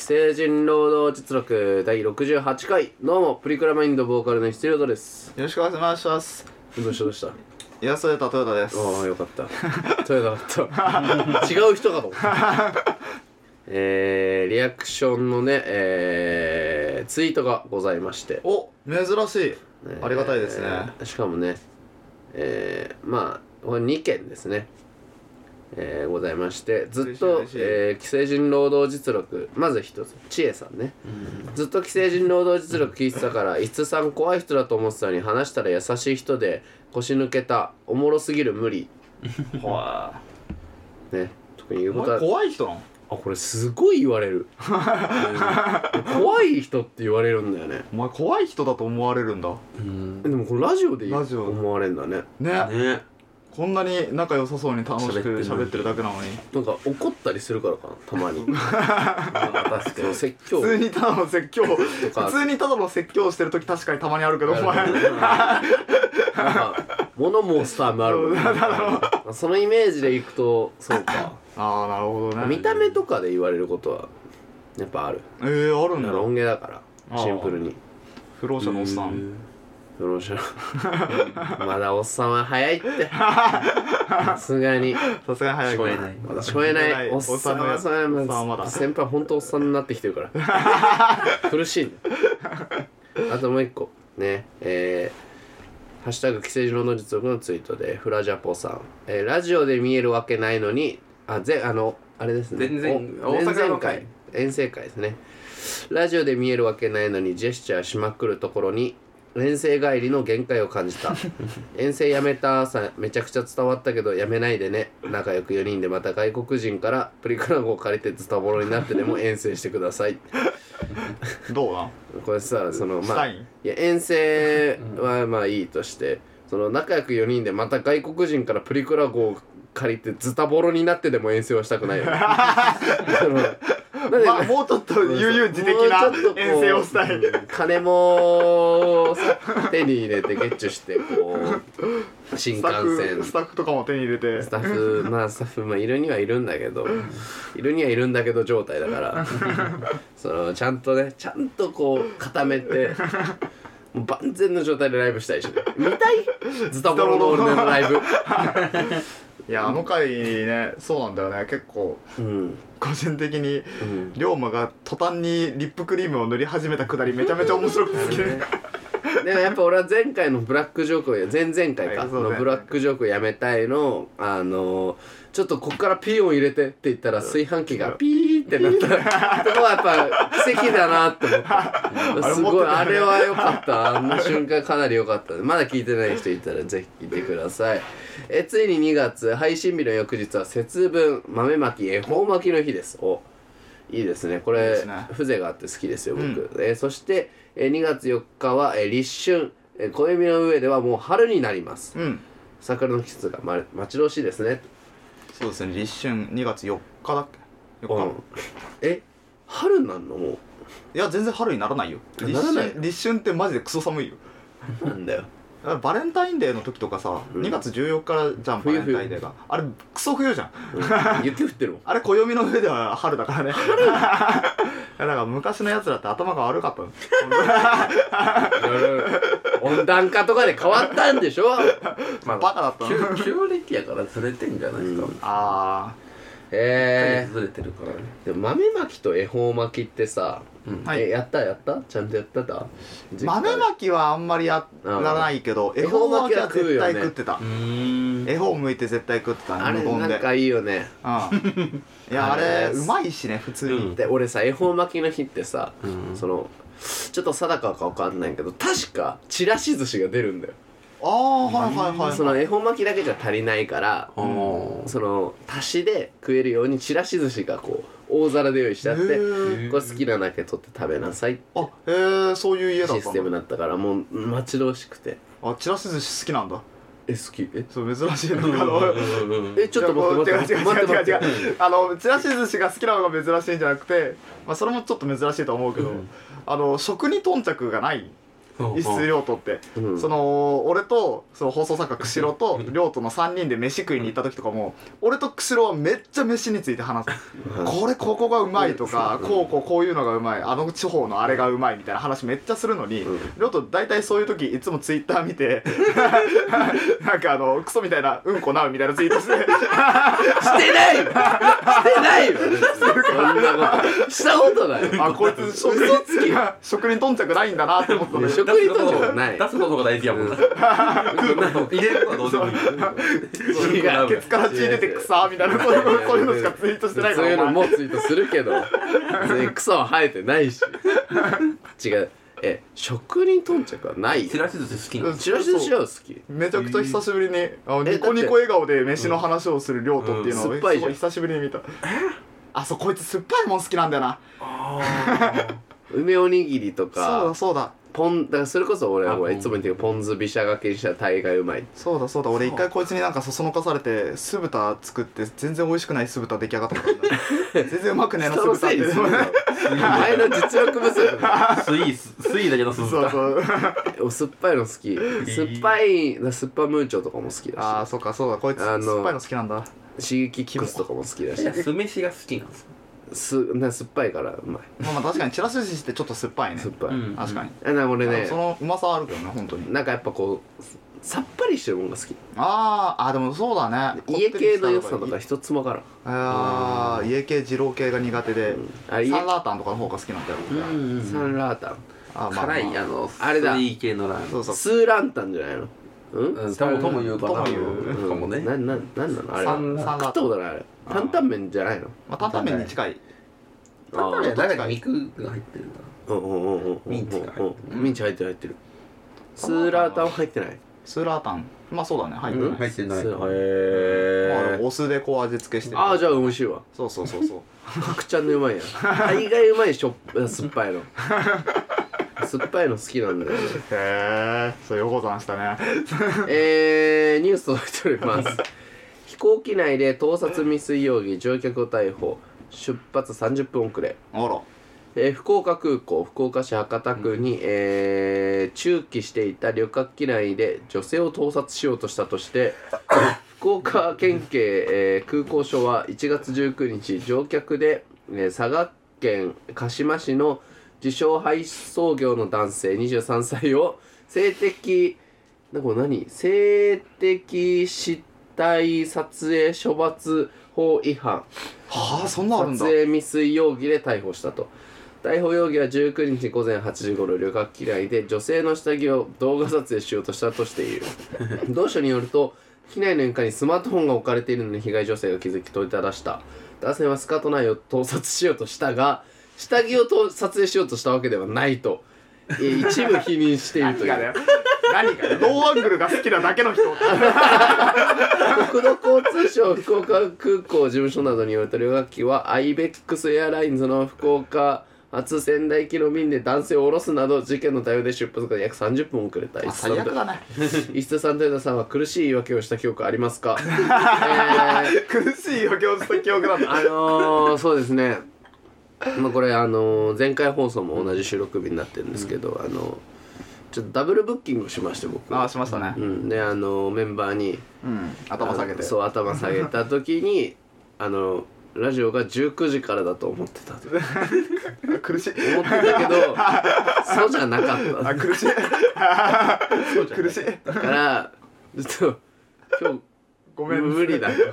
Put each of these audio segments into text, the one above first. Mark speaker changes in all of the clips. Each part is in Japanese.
Speaker 1: 成人労働実録第68回どうもプリクラマインドボーカルの必要とです
Speaker 2: よろしくお願いします。
Speaker 1: どうしたどうしたあ
Speaker 2: イラストレータートヨタです。
Speaker 1: あよか った取れなか った違う人かと思った えー、リアクションのね、えー、ツイートがございまして
Speaker 2: お、珍しい。ありがたいですね。
Speaker 1: えーしかもねえー、まあこれ2件ですねえー、ございましてずっと
Speaker 2: 嬉しい嬉しい
Speaker 1: えー既成人労働実録まず一つ千恵さんね、ずっと既成人労働実録聞いてたから伊津さん怖い人だと思ってたのに話したら優しい人で腰抜けたおもろすぎる無理
Speaker 2: は
Speaker 1: ね特に言
Speaker 2: い。
Speaker 1: う
Speaker 2: お
Speaker 1: こと
Speaker 2: 前
Speaker 1: は
Speaker 2: 怖い人なの？
Speaker 1: あこれすごい言われ る、うん怖い人って言われるんだよね
Speaker 2: お前怖い人だと思われるんだ。
Speaker 3: うん
Speaker 1: でもこのラジオで言う
Speaker 2: ラジオ
Speaker 1: 思われるんだね
Speaker 2: ね。
Speaker 3: ね
Speaker 2: こんなに仲良さそうに楽しく喋ってるだけなのに。
Speaker 1: なんか怒ったりするからかなた まに
Speaker 3: 確
Speaker 1: その説教
Speaker 2: 普通にただ の説教。普
Speaker 1: か
Speaker 2: 通にただの説教してる時確かにたまにあるけど、お前。
Speaker 1: なん か物もスターもある もんねそのイメージでいくとそうか
Speaker 2: ああ、なるほどね。
Speaker 1: 見た目とかで言われることはやっぱある
Speaker 2: えー、あるんだ。
Speaker 1: ロン毛だから
Speaker 3: あー
Speaker 1: シンプルに
Speaker 2: 不老者のおっさん。
Speaker 1: よろしく まだおっさんは早いって さすがに
Speaker 2: さすがに早いか
Speaker 3: 聞こ
Speaker 2: ら
Speaker 3: えない
Speaker 1: まだしょえないおっさんはそれ
Speaker 2: おっさんはまだ
Speaker 1: 先輩ほんとおっさんになってきてるから 苦しいんだよあともう一個ねえーハッシュタグ寄生上の実力のツイートでフラジャポさん、えーラジオで見えるわけないのにあぜあのあれですね
Speaker 3: 全然
Speaker 1: お
Speaker 3: 大阪の
Speaker 1: 前
Speaker 3: 会
Speaker 1: 々遠征会ですねラジオで見えるわけないのにジェスチャーしまくるところに遠征帰りの限界を感じ た遠征やめたさめちゃくちゃ伝わったけどやめないでね仲良く4人でまた外国人からプリクラ号を借りてズタボロになってでも遠征してください
Speaker 2: どうなん？
Speaker 1: これさその
Speaker 2: し
Speaker 1: ま
Speaker 2: た
Speaker 1: あ
Speaker 2: い
Speaker 1: い
Speaker 2: ん
Speaker 1: や遠征はまあいいとしてその仲良く4人でまた外国人からプリクラ号を借りてズタボロになってでも遠征はしたく ないよそのなんで
Speaker 2: まあ、もうちょっと悠々自適な
Speaker 1: もうちょっとこう
Speaker 2: 遠征をしたい。
Speaker 1: うん金もさ手に入れてゲッチュしてこう新
Speaker 2: ス
Speaker 1: 幹
Speaker 2: タッ
Speaker 1: 線
Speaker 2: フスタッフとかも手に入れて
Speaker 1: スタッフまあスタッフもいるにはいるんだけどいるにはいるんだけど状態だからそのちゃんとねちゃんとこう固めてもう万全の状態でライブしたいしね見たいズタボロの俺のライブ
Speaker 2: いやあの回ねそうなんだよね結構
Speaker 1: うん、
Speaker 2: 個人的に
Speaker 1: うん
Speaker 2: 龍馬が途端にリップクリームを塗り始めたくだりめちゃめちゃ面白く て好きで
Speaker 1: でもやっぱ俺は前回のブラックジョークを前々回か
Speaker 2: はいそうだよ
Speaker 1: の
Speaker 2: ね
Speaker 1: ブラックジョークをやめたいのあのーちょっとこっからピー音入れてって言ったら炊飯器がピーってなったとこはやっぱ奇跡だなって思った
Speaker 2: れ
Speaker 1: すごいあ
Speaker 2: あ
Speaker 1: れ
Speaker 2: れ
Speaker 1: は良かったあの瞬間かなり良かったまだ聞いてない人いたらぜひ聞いてくださいえついに2月配信日の翌日は節分豆まき恵方巻きの日ですおいいですねこ
Speaker 2: いいで
Speaker 1: れ
Speaker 2: すね
Speaker 1: 風情があって好きですよ僕、
Speaker 2: うん
Speaker 1: えーそして、えー2月4日は、えー立春、えー暦の上ではもう春になります
Speaker 2: うん
Speaker 1: 桜の季節が、ま、待ち遠しいですね
Speaker 2: そうですね立春2月4日だっけ
Speaker 1: う
Speaker 2: 4
Speaker 1: ん
Speaker 2: 日、
Speaker 1: え春になんのも
Speaker 2: いや全然春にならないよ立
Speaker 1: ならない
Speaker 2: 春立春ってマジでクソ寒いよ
Speaker 1: うなんだよ
Speaker 2: バレンタインデーの時とかさ
Speaker 1: うん
Speaker 2: 2月14日じゃんバ
Speaker 1: 冬
Speaker 2: レンタインデーがあれクソ冬じゃん
Speaker 1: うん雪降ってるもん
Speaker 2: あれ暦の上では 春だからねいやだから昔のやつらって頭が悪かったの
Speaker 1: 温暖化とかで変わったんでしょ、
Speaker 3: まあ
Speaker 2: バカだったの
Speaker 3: 旧旧暦やからずれてんじゃないですか、
Speaker 1: うん
Speaker 2: あ
Speaker 1: え
Speaker 3: ずれてるからね
Speaker 1: ー、でも豆まきと恵方巻きってさ、
Speaker 3: うん
Speaker 2: はい
Speaker 1: えやったやったちゃんとやったた
Speaker 2: ー豆まきはあんまりややらないけど
Speaker 1: ん
Speaker 2: 恵方巻
Speaker 1: 恵方巻き
Speaker 2: き
Speaker 1: は
Speaker 2: は
Speaker 1: 食う
Speaker 2: 絶
Speaker 1: よね
Speaker 2: 対食ってた
Speaker 3: うん
Speaker 2: 恵方向いて絶対食ってた
Speaker 1: あれ
Speaker 2: 無言で
Speaker 1: なんかいいよね
Speaker 2: うんいやあ
Speaker 1: あれ
Speaker 2: れうまいしね普通
Speaker 3: う
Speaker 2: に
Speaker 3: ん
Speaker 1: で俺さ恵方巻きの日ってさ、
Speaker 3: うん
Speaker 1: そのちょっと定かか分かんないけど確かちらし寿司が出るんだよ、
Speaker 2: ああはいはいはい
Speaker 1: その恵方巻きだけじゃ足りないから
Speaker 3: あー
Speaker 1: その足しで食えるようにちらし寿司がこう大皿で用意してあって
Speaker 2: へ
Speaker 1: これ
Speaker 2: ー
Speaker 1: 好きなだけ取って食べなさいって
Speaker 2: あへえそういう家だっ
Speaker 1: シ
Speaker 2: た
Speaker 1: ステム
Speaker 2: の
Speaker 1: だったからもう待ち遠しくて
Speaker 2: あちらし寿司好きなんだ
Speaker 1: え好きえ
Speaker 2: そう珍しいなんかあの
Speaker 1: えちょっと待って待って待って待って
Speaker 2: 違う
Speaker 1: 待
Speaker 2: 違う違う
Speaker 1: って
Speaker 2: 違うあのちらし寿司が好きなのが珍しいんじゃなくてまあそれもちょっと珍しいと思うけどあの食に頓着がない
Speaker 3: うん
Speaker 2: 一室亮とって、
Speaker 1: うん
Speaker 2: その俺とその放送作家釧路と亮との3人で飯食いに行った時とかも俺と釧路はめっちゃ飯について話すこれここがうまいとかこうこうこういうのがうまいあの地方のあれがうまいみたいな話めっちゃするのに
Speaker 1: うん
Speaker 2: 亮と大体そういう時いつもツイッター見てなんかあのクソみたいなうんこなうみたいなツイートして
Speaker 1: してない よしてないよそんなことしたことない
Speaker 2: あこいつ職人職人頓着ないんだなって思った
Speaker 1: い
Speaker 2: んだ
Speaker 1: や
Speaker 2: け
Speaker 1: 職
Speaker 2: ど
Speaker 1: 人とじゃない
Speaker 3: 出すことが大事やもんな。入れることはどうでもいい。
Speaker 1: 違う
Speaker 2: ケツから血出てくさーみたいなそういうそういうのしかツイートしてないか
Speaker 1: そういう
Speaker 2: ら
Speaker 1: の
Speaker 2: お
Speaker 1: も
Speaker 2: 前
Speaker 1: ツイートするけ ど別に草は生えてないし違うえ職人頓着はない
Speaker 3: チラシ寿司好きなの
Speaker 1: チラシ寿司は好き
Speaker 2: めちゃくちゃ久しぶりにあの
Speaker 1: え
Speaker 2: ニコニコ笑顔で飯の話をする亮斗っていうの
Speaker 1: う
Speaker 2: を
Speaker 1: ん酸っ
Speaker 2: す
Speaker 1: ぱいじゃん
Speaker 2: ごい久しぶりに見たあそうこいつ酸っぱいもん好きなんだよな
Speaker 3: あ
Speaker 1: 梅おにぎりと
Speaker 2: そうだ
Speaker 1: か
Speaker 2: そうだ
Speaker 1: ポンだからそれこそ俺は
Speaker 3: あ
Speaker 1: ほらいつも言ってるけどポン酢びしゃがけにしたら大概うまい
Speaker 2: そうだそうだ俺一回こいつになんかそそのかされて酢豚作って全然美味しくない酢豚出来上がったことあるんだ 全然うまくねえな
Speaker 1: 人
Speaker 2: 酢
Speaker 1: の
Speaker 2: 豚っ
Speaker 1: せい
Speaker 2: て
Speaker 1: にするなお前の実力不足
Speaker 3: ースイース、スイーだけの鈴
Speaker 2: そう
Speaker 3: だ。
Speaker 2: そう
Speaker 1: お酸っぱいの好き酸っぱい酸っぱムーチョとかも好き
Speaker 2: ああ
Speaker 1: だ
Speaker 2: そうかそうだこいつ
Speaker 1: あ
Speaker 2: 酸
Speaker 1: の
Speaker 2: っぱいの好きなんだ
Speaker 1: し刺激キックスとかも好きだし
Speaker 3: 酢飯が好きなんです
Speaker 1: すな酸っぱいからうまい
Speaker 2: まあまあ確かにチラシ寿司ってちょっと酸っぱいね
Speaker 1: 酸っぱい、
Speaker 3: うん
Speaker 2: 確かに
Speaker 1: あな俺
Speaker 2: あ
Speaker 1: ね
Speaker 2: そのうまさはあるけどね本当に
Speaker 1: なんかやっぱこうさっぱりしてるもんが好き
Speaker 2: あーあでもそうだね
Speaker 1: 家系の良さ
Speaker 2: ことって
Speaker 1: か
Speaker 2: りし
Speaker 1: 一つもわからん
Speaker 2: たのがいいあー家系二郎系が苦手で、
Speaker 1: あれ家
Speaker 2: サンラータンとかの方が好きなんだよ、僕は
Speaker 1: サンラータン
Speaker 2: あーまあまあ
Speaker 3: 辛い、あの、
Speaker 1: あれだ
Speaker 3: スイー系のラーメン。
Speaker 2: そうそう
Speaker 1: スーランタンじゃないのうん
Speaker 3: うん、ともとも言うかな。
Speaker 2: とも言う
Speaker 1: うん
Speaker 3: かもね。
Speaker 1: なななんなのあれ
Speaker 2: サンラータン
Speaker 1: 食ったことないあれ担々麺じゃないの
Speaker 2: まあ、担々麺に近い
Speaker 3: 担々麺は
Speaker 2: あー
Speaker 3: 中に肉が入ってるんだ。
Speaker 1: うんうんうんうんうんうん
Speaker 3: ミンチが入って
Speaker 1: うんミンチ入ってる入ってるスーラータンは入ってない
Speaker 2: スーラータンまあそうだね入って
Speaker 1: うん
Speaker 2: る、
Speaker 3: 入ってない
Speaker 1: スー
Speaker 2: まああ
Speaker 1: へ
Speaker 2: れお酢でこう味付けして
Speaker 1: え
Speaker 2: る
Speaker 1: ああじゃあ美味しいわ
Speaker 2: そうそうそうそう
Speaker 1: 角ちゃんのうまいやん大概うまいしょっ酸っぱいの酸っぱいの好きなんだよね
Speaker 2: へえそう横山したね
Speaker 1: えー、ニュース届いております飛行機内で盗撮未遂容疑乗客を逮捕出発30分遅れ
Speaker 2: あら
Speaker 1: えー福岡空港福岡市博多区に、えー駐機していた旅客機内で女性を盗撮しようとしたとして福岡県警、えー空港署は1月19日乗客で、えー佐賀県鹿島市の自称配送業の男性23歳を性的なんかこれ何性的失態撮影処罰法違反
Speaker 2: はあそんなあるん
Speaker 1: 撮
Speaker 2: だ
Speaker 1: 影未遂容疑で逮捕したと逮捕容疑は19日午前8時頃旅客機内で女性の下着を動画撮影しようとしたとして いる同署によると機内の床にスマートフォンが置かれているのに被害女性が気づき問いただした男性はスカート内を盗撮しようとしたが下着をと撮影しようとしたわけではないとえー一部否認していると
Speaker 2: 何
Speaker 1: い
Speaker 2: が
Speaker 1: う
Speaker 2: だよ何がだよノーアングルが好きなだけの人
Speaker 1: 国土交通省福岡空港事務所などによると旅客機はアイベックスエアラインズの福岡発仙台行きの便で男性を降ろすなど事件の対応で出発から約30分遅れた
Speaker 2: あ 最悪だね
Speaker 1: 石津さんと江田さんは苦しい言い訳をした記憶あります か、えー
Speaker 2: 苦しいよ今日した記憶なんだ
Speaker 1: あのー、そうですねまあこれあのー前回放送も同じ収録日になってるんですけど、あのーちょっとダブルブッキングをしまして僕
Speaker 2: ああしましたね
Speaker 1: うん、であのーメンバーに
Speaker 2: うん頭下げて
Speaker 1: そう頭下げた時に あのラジオが19時からだと思ってたと思って
Speaker 2: 苦しい
Speaker 1: たけど そうじゃなかっ
Speaker 2: あ
Speaker 1: た
Speaker 2: 苦しい苦しい
Speaker 1: だからちょっと今日
Speaker 2: ごめん
Speaker 1: 無理だ よ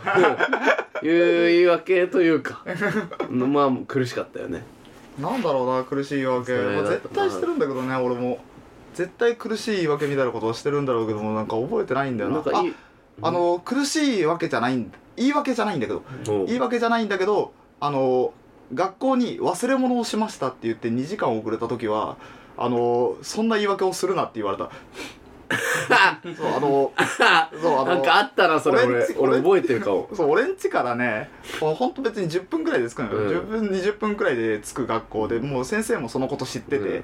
Speaker 1: いう言い訳というかまあ苦しかったよね
Speaker 2: なんだろうな苦しい言い訳、
Speaker 1: それだと
Speaker 2: まあ、絶対してるんだけどね俺も絶対苦しい言い訳みたいなことをしてるんだろうけどもなんか覚えてないんだよ
Speaker 1: な
Speaker 2: なん
Speaker 1: かいい
Speaker 2: ああの苦しい言い訳じゃないん言い訳じゃないんだけど
Speaker 1: もう
Speaker 2: 言い訳じゃないんだけどあの学校に忘れ物をしましたって言って2時間遅れた時はあのそんな言い訳をするなって言われたそうあのそうあ の
Speaker 1: なんかあったなそれ
Speaker 2: 俺ん
Speaker 1: 俺
Speaker 2: ち
Speaker 1: 俺覚えてるかも
Speaker 2: そう俺ん家からねほんと別に10分くらいで着くのよ、
Speaker 1: うん
Speaker 2: 10分20分くらいで着く学校でもう先生もそのこと知ってて、
Speaker 1: う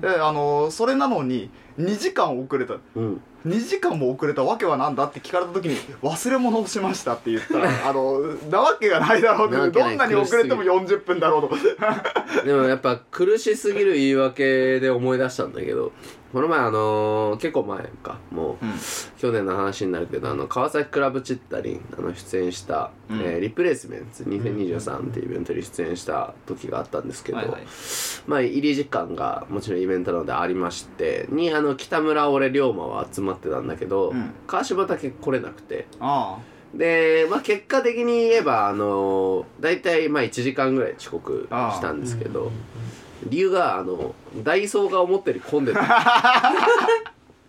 Speaker 1: ん
Speaker 2: であのそれなのに2時間遅れた
Speaker 1: うん
Speaker 2: 2時間も遅れたわけはなんだって聞かれた時に忘れ物をしましたって言っ たらあのなわけがないだろう
Speaker 1: なわ
Speaker 2: って
Speaker 1: けな
Speaker 2: ど
Speaker 1: い
Speaker 2: んなに遅れても40分だろうと
Speaker 1: でもやっぱ苦しすぎる言い訳で思い出したんだけどこの前あのー結構前かもう、
Speaker 2: うん
Speaker 1: 去年の話になるけどあの川崎クラブチッタにあの出演した、
Speaker 2: うん
Speaker 1: えーリプレイスメンツ2023っていうイベントに出演した時があったんですけど、
Speaker 3: はいはい
Speaker 1: まあ入り時間がもちろんイベントなのでありましてにあの北村俺龍馬は集まってたんだけど、
Speaker 2: うん
Speaker 1: 川島だけ来れなくて
Speaker 2: あ
Speaker 1: で、まあ、結果的に言えばあの大体まあ1時間ぐらい遅刻したんですけど理由があのダイソーが思ったより混んでたっ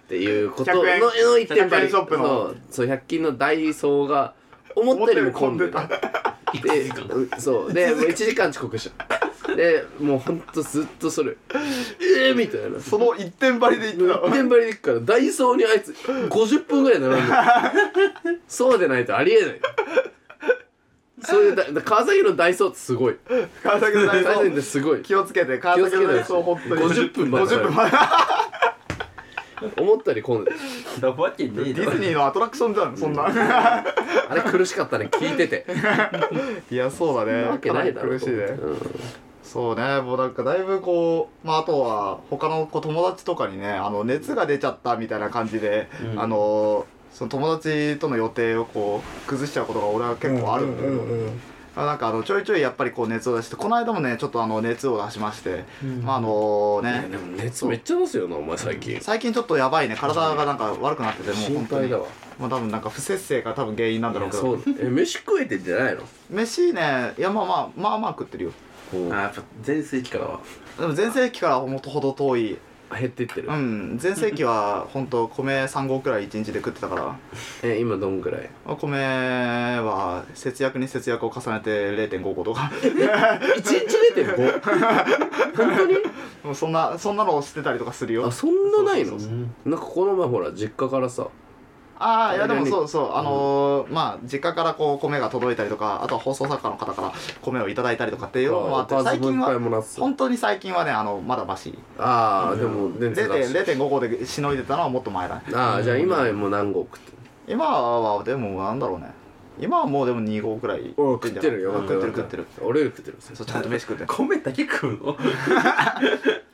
Speaker 1: ていうことの
Speaker 2: 100円
Speaker 1: の一点
Speaker 2: 100円ショップの
Speaker 1: そうそう100均のダイソーが思ったよりも混んでた
Speaker 2: 思っ
Speaker 1: でうんそうでもう1時間遅刻したでもうほんとずっとそれ「えー!」みたいな
Speaker 2: その一点張りで言って
Speaker 1: 1
Speaker 2: た
Speaker 1: 年ぶりで行くからダイソーにあいつ50分ぐらい並んでるそうでないとありえないそういうだだ川崎のダイソーってすごい
Speaker 2: 川崎の
Speaker 1: 川
Speaker 2: 大
Speaker 1: 崎っ
Speaker 2: 層
Speaker 1: てすごい
Speaker 2: 気をつけて川崎の大層本当に
Speaker 1: 50分まで
Speaker 2: 50分まで
Speaker 1: 思ったより混んでる
Speaker 3: なわけね
Speaker 2: デ
Speaker 3: えだ
Speaker 2: ィ
Speaker 3: ろ
Speaker 2: ズニーのアトラクションじゃんそ んな
Speaker 1: あれ苦しかったね聞いてて
Speaker 2: いやそうだ
Speaker 1: そん
Speaker 2: ね
Speaker 1: なわけないだろ
Speaker 2: かなり苦しいね
Speaker 1: と思って
Speaker 2: そうねもうなんかだいぶこうまああとは他の子友達とかにねあの熱が出ちゃったみたいな感じで、
Speaker 3: うん
Speaker 2: あのその友達との予定をこう崩しちゃうことが俺は結構あるんだけど、あなんかあのちょいちょいやっぱりこう熱を出してこの間もねちょっとあの熱を出しまして、まああの
Speaker 1: うんいや
Speaker 2: ね
Speaker 1: でも熱めっちゃ出すよなお前最近
Speaker 2: 最近ちょっとやばいね体がなんか悪くなっててもう
Speaker 1: 心
Speaker 2: 本当
Speaker 1: 配
Speaker 2: に
Speaker 1: だわ
Speaker 2: まあ多分なんか不節制が多分原因なんだ
Speaker 1: い
Speaker 2: ろう
Speaker 1: や
Speaker 2: けど
Speaker 1: そうえ飯食えてんじゃないの
Speaker 2: 飯ねいやまあまあまあまあ食ってるよ
Speaker 1: こ
Speaker 3: あーやっぱ全盛期からは
Speaker 2: でも全盛期からほんとほど遠いう
Speaker 1: 減っていってる
Speaker 2: うん全盛期は本当米3合くらい1日で食ってたから
Speaker 1: え今どんぐらい
Speaker 2: お米は節約に節約を重ねて0.5合とか
Speaker 1: 1日 0.5? 本当に
Speaker 2: もうそんなそんなのをしてたりとかするよ
Speaker 1: あそんなない
Speaker 2: そ
Speaker 1: の
Speaker 2: うそう
Speaker 1: なんかこの前ほら実家からさ
Speaker 2: ああいやで
Speaker 1: 大量
Speaker 2: も
Speaker 1: に
Speaker 2: そうそうあのーまあ実家からこう米が届いたりとかあとは放送作家の方から米をいただいたりとかっていうのもあって
Speaker 1: おかず
Speaker 2: 最
Speaker 1: もい
Speaker 2: 近
Speaker 1: っぱい
Speaker 2: は
Speaker 1: もらってた
Speaker 2: 本当に最近はねあのまだマシ
Speaker 1: ああ、でも全然だし
Speaker 2: 0.5合でしのいでたのはもっと前だね
Speaker 1: ああじゃあ今はもう何合食ってる
Speaker 2: 今はでもなんだろうね今はもうでも2合くらい
Speaker 1: 食ってるよ
Speaker 2: 食ってる食ってる
Speaker 1: 俺より食ってる
Speaker 2: そうちゃんと飯食って
Speaker 3: 米だけ食うの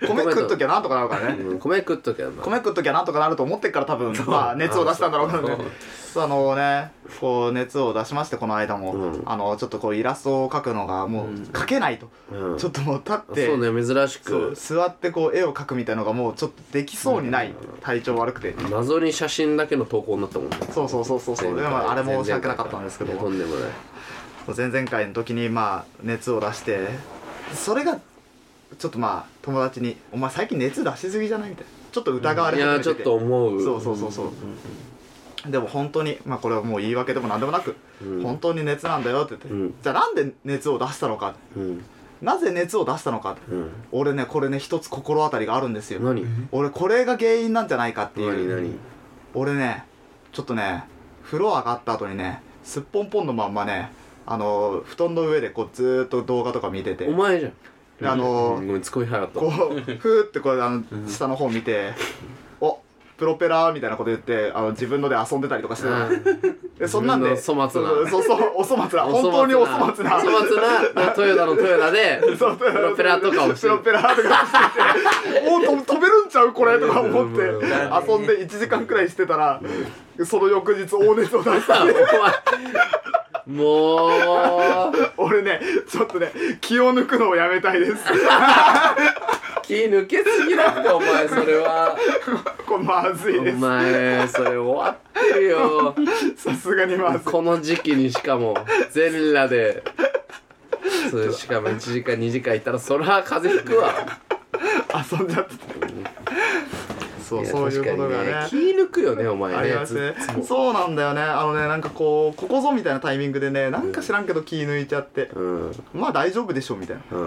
Speaker 2: 米食っときゃなんとかなるからね
Speaker 1: うん米食っとけばな
Speaker 2: 米食っときゃなんとかなると思ってっから多分まあ熱を出したんだろうけどね
Speaker 3: そう
Speaker 2: そうあのねこう熱を出しましてこの間も、
Speaker 1: うん
Speaker 2: あのちょっとこうイラストを描くのがもう
Speaker 3: うん
Speaker 2: 描けないと、
Speaker 1: うん
Speaker 2: ちょっともう立って
Speaker 1: そうね珍し
Speaker 2: そう
Speaker 1: く
Speaker 2: 座ってこう絵を描くみたいのがもうちょっとできそうにない、体調悪くて、
Speaker 1: 謎に写真だけの投稿になったもんね
Speaker 2: そうそうそうそうそうでもあれも申し訳なかったんですけど
Speaker 1: いやとんでもない
Speaker 2: 前々回の時にまあ熱を出してそれがちょっとまあ友達に「お前最近熱出しすぎじゃない?」みたいなちょっと疑われ
Speaker 1: い
Speaker 2: 始
Speaker 1: や
Speaker 2: め
Speaker 1: ちょ
Speaker 2: て
Speaker 1: ってと思う
Speaker 2: そうそうそうそう、でも本当にまあこれはもう言い訳でも何でもなく、
Speaker 1: うん
Speaker 2: 本当に熱なんだよって言って、
Speaker 1: うん
Speaker 2: じゃあなんで熱を出したのか
Speaker 1: うん
Speaker 2: なぜ熱を出したのか、
Speaker 1: うん
Speaker 2: 俺ねこれね一つ心当たりがあるんですよ
Speaker 1: 何
Speaker 2: 俺これが原因なんじゃないかっていう
Speaker 1: 何何
Speaker 2: 俺ねちょっとね風呂上がった後にねすっぽんぽんのまんまねあの布団の上でこうずーっと動画とか見てて
Speaker 1: お前じゃん
Speaker 2: であ
Speaker 1: う
Speaker 2: の
Speaker 1: んごめんツッコミ早か
Speaker 2: こ
Speaker 1: っ
Speaker 2: うふーってこうあの下の方見て「おプロペラ」みたいなこと言ってあの自分ので遊んでたりとかして
Speaker 1: た
Speaker 2: た
Speaker 1: うん
Speaker 2: でそんなんで
Speaker 1: 自分の粗末な
Speaker 2: そうそうそうお粗末な本当にお粗末な
Speaker 1: お粗末なトヨタのトヨタで
Speaker 2: そう
Speaker 1: プロペラとかをして
Speaker 2: プロペラとかしてておーと飛べるんちゃうこれとか思って
Speaker 1: うん
Speaker 2: 遊んで1時間くらいしてたらその翌日大熱を出し
Speaker 1: お
Speaker 2: た
Speaker 1: 前もう
Speaker 2: 俺ねちょっとね気を抜くのをやめた いです
Speaker 1: 気抜けすぎだってお前それは
Speaker 2: これまずい
Speaker 1: お
Speaker 2: です
Speaker 1: 前それ終わってるよ
Speaker 2: さすがにまずい
Speaker 1: この時期にしかも全裸でそれしかも1時間2時間いたらそら風邪ひくわ
Speaker 2: 遊んじゃっててそうそういうことが
Speaker 1: いや
Speaker 2: ね
Speaker 1: 確かに気抜くよねお前
Speaker 2: あ
Speaker 1: ね
Speaker 2: りますね
Speaker 1: ずっと
Speaker 2: そうなんだよねあのねなんかこうここぞみたいなタイミングでねなんか知らんけど気抜いちゃって
Speaker 1: うん
Speaker 2: まあ大丈夫でしょうみたいな
Speaker 1: う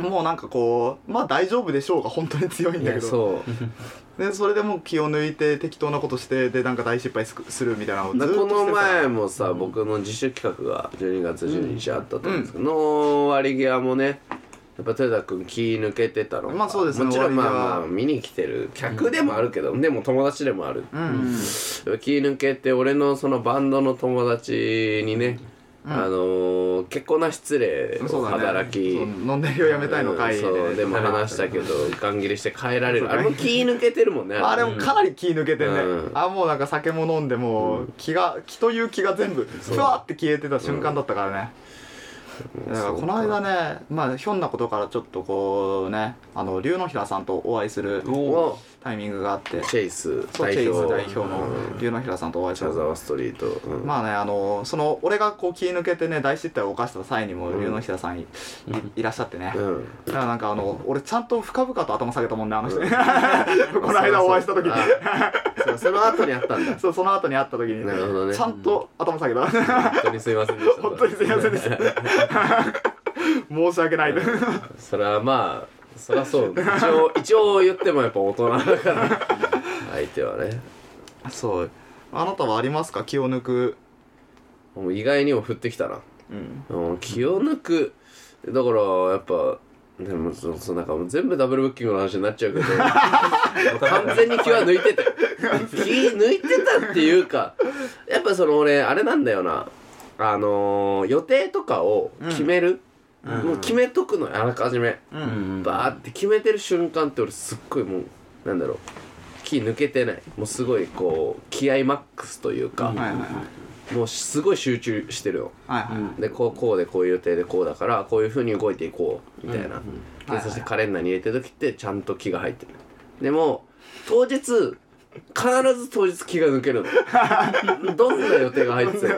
Speaker 1: ん
Speaker 2: もうなんかこうまあ大丈夫でしょうが本当に強いん
Speaker 1: い
Speaker 2: だ
Speaker 1: や
Speaker 2: けど
Speaker 1: そう
Speaker 2: でそれでもう気を抜いて適当なことしてでなんか大失敗すくするみたいなのをず
Speaker 1: だ
Speaker 2: っ
Speaker 1: から
Speaker 2: と
Speaker 1: こ
Speaker 2: して
Speaker 1: の
Speaker 2: るから
Speaker 1: 前もさ、僕の自主企画が12月12日あったと思うんですけど、の割り際もねやっぱ豊田君気抜けてたのか
Speaker 2: まあそうですね
Speaker 1: もちろんまあ
Speaker 2: 割には
Speaker 1: まあ見に来てる客でもあるけど、でも友達でもある、
Speaker 2: うんうん
Speaker 1: やっぱ気抜けて俺のそのバンドの友達にね、
Speaker 2: うん
Speaker 1: あのー、結構な失礼
Speaker 2: そ
Speaker 1: を
Speaker 2: うだね
Speaker 1: 働き、
Speaker 2: そう飲んでるよやめたいの会で、
Speaker 1: うんそうでも話したけど ガン切れして帰られるあれも気抜けてるもんね
Speaker 2: あれもかなり気抜けてね、
Speaker 1: うん
Speaker 2: あもうなんか酒も飲んでもう気が気という気が全部ふわって消えてた瞬間だったからね、だからこの間ねまあひょんなことからちょっとこうねあの龍の平さんとお会いする
Speaker 1: を
Speaker 2: タイミングがあって
Speaker 1: チェイス
Speaker 2: そうチェ
Speaker 1: 代
Speaker 2: イ
Speaker 1: 表
Speaker 2: ズ代表の
Speaker 1: うん
Speaker 2: 龍の平さんとお会いす
Speaker 1: 茶
Speaker 2: る
Speaker 1: 沢ストリート、うん
Speaker 2: まあねあのその俺がこう気抜けてね大失態を犯した際にも
Speaker 1: うん
Speaker 2: 龍之平さんい,い、いらっしゃってね、
Speaker 1: うん
Speaker 2: だからなんかあの俺ちゃんと深々と頭下げたもんねあの人、 この間お会いした時
Speaker 1: あそうその後にあった んだ
Speaker 2: そうその後に会った時に
Speaker 1: なるほどね
Speaker 2: ちゃんと頭下げた、
Speaker 1: 本当にすいませんでした
Speaker 2: 本当にすいませんでした申し訳ない、
Speaker 1: それはまあそりゃそう一応一応言ってもやっぱ大人だから相手はね
Speaker 2: そうあなたはありますか気を抜く
Speaker 1: もう意外にも振ってきたな
Speaker 2: うん
Speaker 1: うん気を抜くだからやっぱでもそそなんかもう全部ダブルブッキングの話になっちゃうけど完全に気は抜いてたよ気抜いてたっていうかやっぱその俺あれなんだよなあのー予定とかを決める、
Speaker 3: うん
Speaker 1: もう決めとくのよあらかじめ、
Speaker 2: う
Speaker 3: うんん
Speaker 1: バーって決めてる瞬間って俺すっごいもうなんだろう気抜けてないもうすごいこう気合マックスというか、
Speaker 2: はいはいはい
Speaker 1: もうすごい集中してるの
Speaker 2: はいはい、
Speaker 3: うん
Speaker 1: でこうこうでこういう予定でこうだからこういうふうに動いていこうみたいな、
Speaker 3: うんうん
Speaker 2: はいはい
Speaker 1: でそしてカレンダーに入れてる時ってちゃんと気が入ってるでも当日必ず当日気が抜けるのどんな予定が入ってても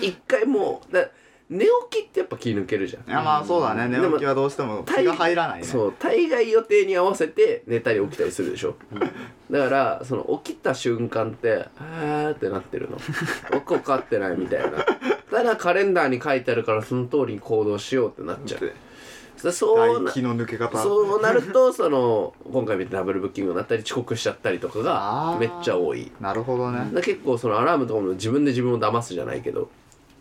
Speaker 1: 一回もうだ寝起きってやっぱ気抜けるじゃん
Speaker 2: いやまあそうだね
Speaker 1: ん
Speaker 2: 寝起きはどうしても
Speaker 1: 大
Speaker 2: 気が入らないね
Speaker 1: そう大概予定に合わせて寝たり起きたりするでしょだからその起きた瞬間って「あー」ってなってるの 「起こかってないみたいなただカレンダーに書いてあるからその通りに行動しようってなっちゃうそそうな
Speaker 2: 大気の抜け方
Speaker 1: そうなるとその今回見てダブルブッキングになったり遅刻しちゃったりとか
Speaker 2: あ
Speaker 1: が
Speaker 2: ー
Speaker 1: めっちゃ多い
Speaker 2: なるほどね
Speaker 1: だ結構そのアラームとかも自分で自分を騙すじゃないけど